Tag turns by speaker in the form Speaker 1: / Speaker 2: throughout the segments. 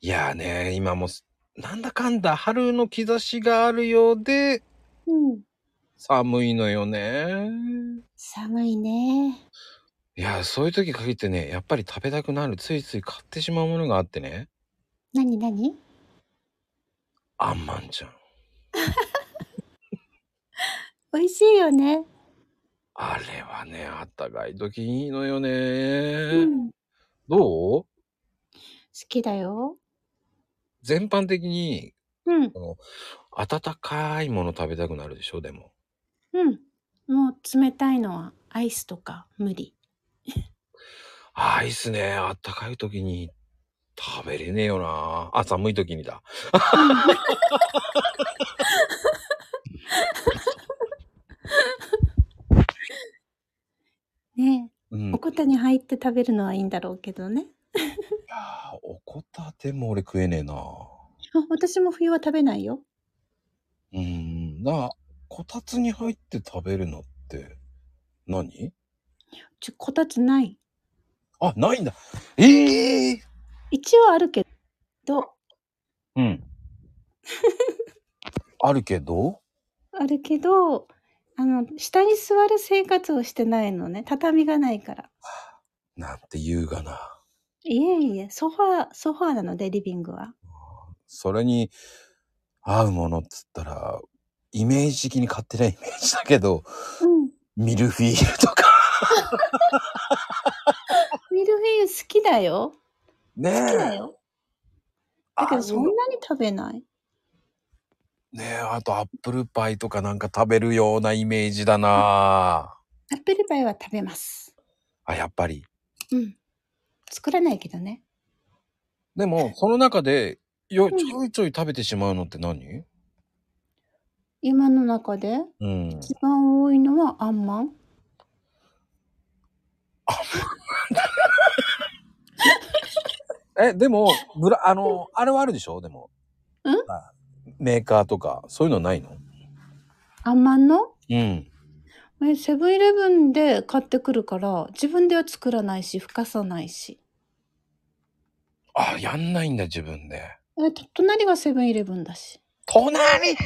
Speaker 1: いやね、今もすなんだかんだ春の兆しがあるようで
Speaker 2: うん。
Speaker 1: 寒いのよね。
Speaker 2: 寒いね。
Speaker 1: いや、そういう時限ってね、やっぱり食べたくなる、ついつい買ってしまうものがあってね。
Speaker 2: なになに？
Speaker 1: あんまんじゃん。
Speaker 2: 美味しいよね。
Speaker 1: あれはね、あったかい時いいのよ
Speaker 2: う
Speaker 1: ね。
Speaker 2: ん。
Speaker 1: どう？
Speaker 2: 好きだよ。
Speaker 1: 全般的に、
Speaker 2: うん。
Speaker 1: あの、温かいもの食べたくなるでしょ、でも。
Speaker 2: うん。もう冷たいのはアイスとか無理。
Speaker 1: アイスね、あったかい時に食べれねえよな。あ、寒い時にだ。
Speaker 2: うん。ねえ、
Speaker 1: う
Speaker 2: お
Speaker 1: ん。
Speaker 2: こたに入って食べるのはいいんだろうけどね。
Speaker 1: いや、おこたでも俺食えねえな。
Speaker 2: あ、私も冬は食べないよ。
Speaker 1: うーん、なこたつに入って食べるのって何？
Speaker 2: ちょ、こたつない。
Speaker 1: あ、ないんだ。ええ！
Speaker 2: 一応あるけど。
Speaker 1: うん。 あるけど？
Speaker 2: あるけど、あの、下に座る生活をしてないのね、畳がないから。
Speaker 1: なんて優雅な。
Speaker 2: いえいえ、ソファーソファーなので、リビングは。
Speaker 1: それに合うものっつったら、イメージ的に勝手なイ メージだけど、
Speaker 2: うん。
Speaker 1: ミルフィーユとか。
Speaker 2: ミルフィーユ好きだよ。好きだ
Speaker 1: ねえ。
Speaker 2: よ。だけ
Speaker 1: あ
Speaker 2: ど
Speaker 1: あい
Speaker 2: そ
Speaker 1: うんの。
Speaker 2: なに食べない。
Speaker 1: ねえ、あとアップルパイとかなんか食べるようなイメージだな。
Speaker 2: アップルパイは食べます。
Speaker 1: あ、やっぱり。
Speaker 2: うん。作らないけどね。
Speaker 1: でも、その中で、よ
Speaker 2: う
Speaker 1: ち
Speaker 2: ん。
Speaker 1: ょいちょい食べてしまうのって何？
Speaker 2: 今の中で
Speaker 1: うん。
Speaker 2: 一番多いのはあんまん。
Speaker 1: あんまん。え、でも、ブラあの、あれはあるでしょ？でも。
Speaker 2: うん。
Speaker 1: あ、メーカーとかそういうのないの？
Speaker 2: あんまんの？
Speaker 1: うん。
Speaker 2: え、セブンイレブンで買ってくるから、自分では作らないし、ふかさないし。
Speaker 1: あ、やんないんだ、自分で。
Speaker 2: え、と隣がセブンイレブンだし。
Speaker 1: 隣！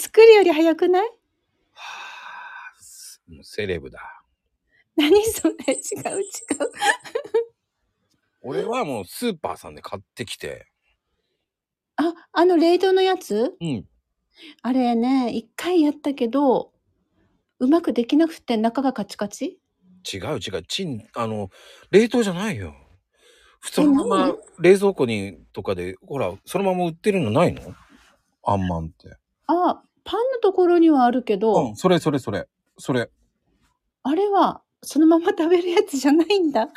Speaker 2: 作るより早くない？
Speaker 1: はあ、すもうセレブだ。
Speaker 2: 何それ、違う違う。
Speaker 1: 俺はもうスーパーさんで買ってきて。
Speaker 2: あ、あの冷凍のやつ？
Speaker 1: うん。
Speaker 2: あれね、1回やったけど、うまくできなくて中がカチカチ？
Speaker 1: 違う違う、チンあの、冷凍じゃないよ。ふそ
Speaker 2: え、
Speaker 1: のまま
Speaker 2: 何？
Speaker 1: 冷蔵庫にとかで、ほら、そのまま売ってるのないの？あんまんって。
Speaker 2: あ、パンのところにはあるけ
Speaker 1: うん、
Speaker 2: ど
Speaker 1: それそれそれ。それ。
Speaker 2: あれはそのまま食べるやつじゃないんだ。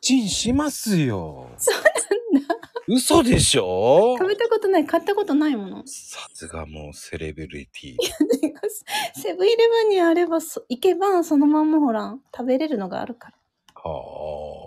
Speaker 1: チンしますよ。
Speaker 2: そうなんだ。
Speaker 1: 嘘でし
Speaker 2: 食べ
Speaker 1: ょ？
Speaker 2: たことない、買ったことないもの。
Speaker 1: さすがもうセレブリティ。
Speaker 2: 違う セブンイレブンにあればそ行けばそのまんまほら、食べれるのがあるから。
Speaker 1: はあ。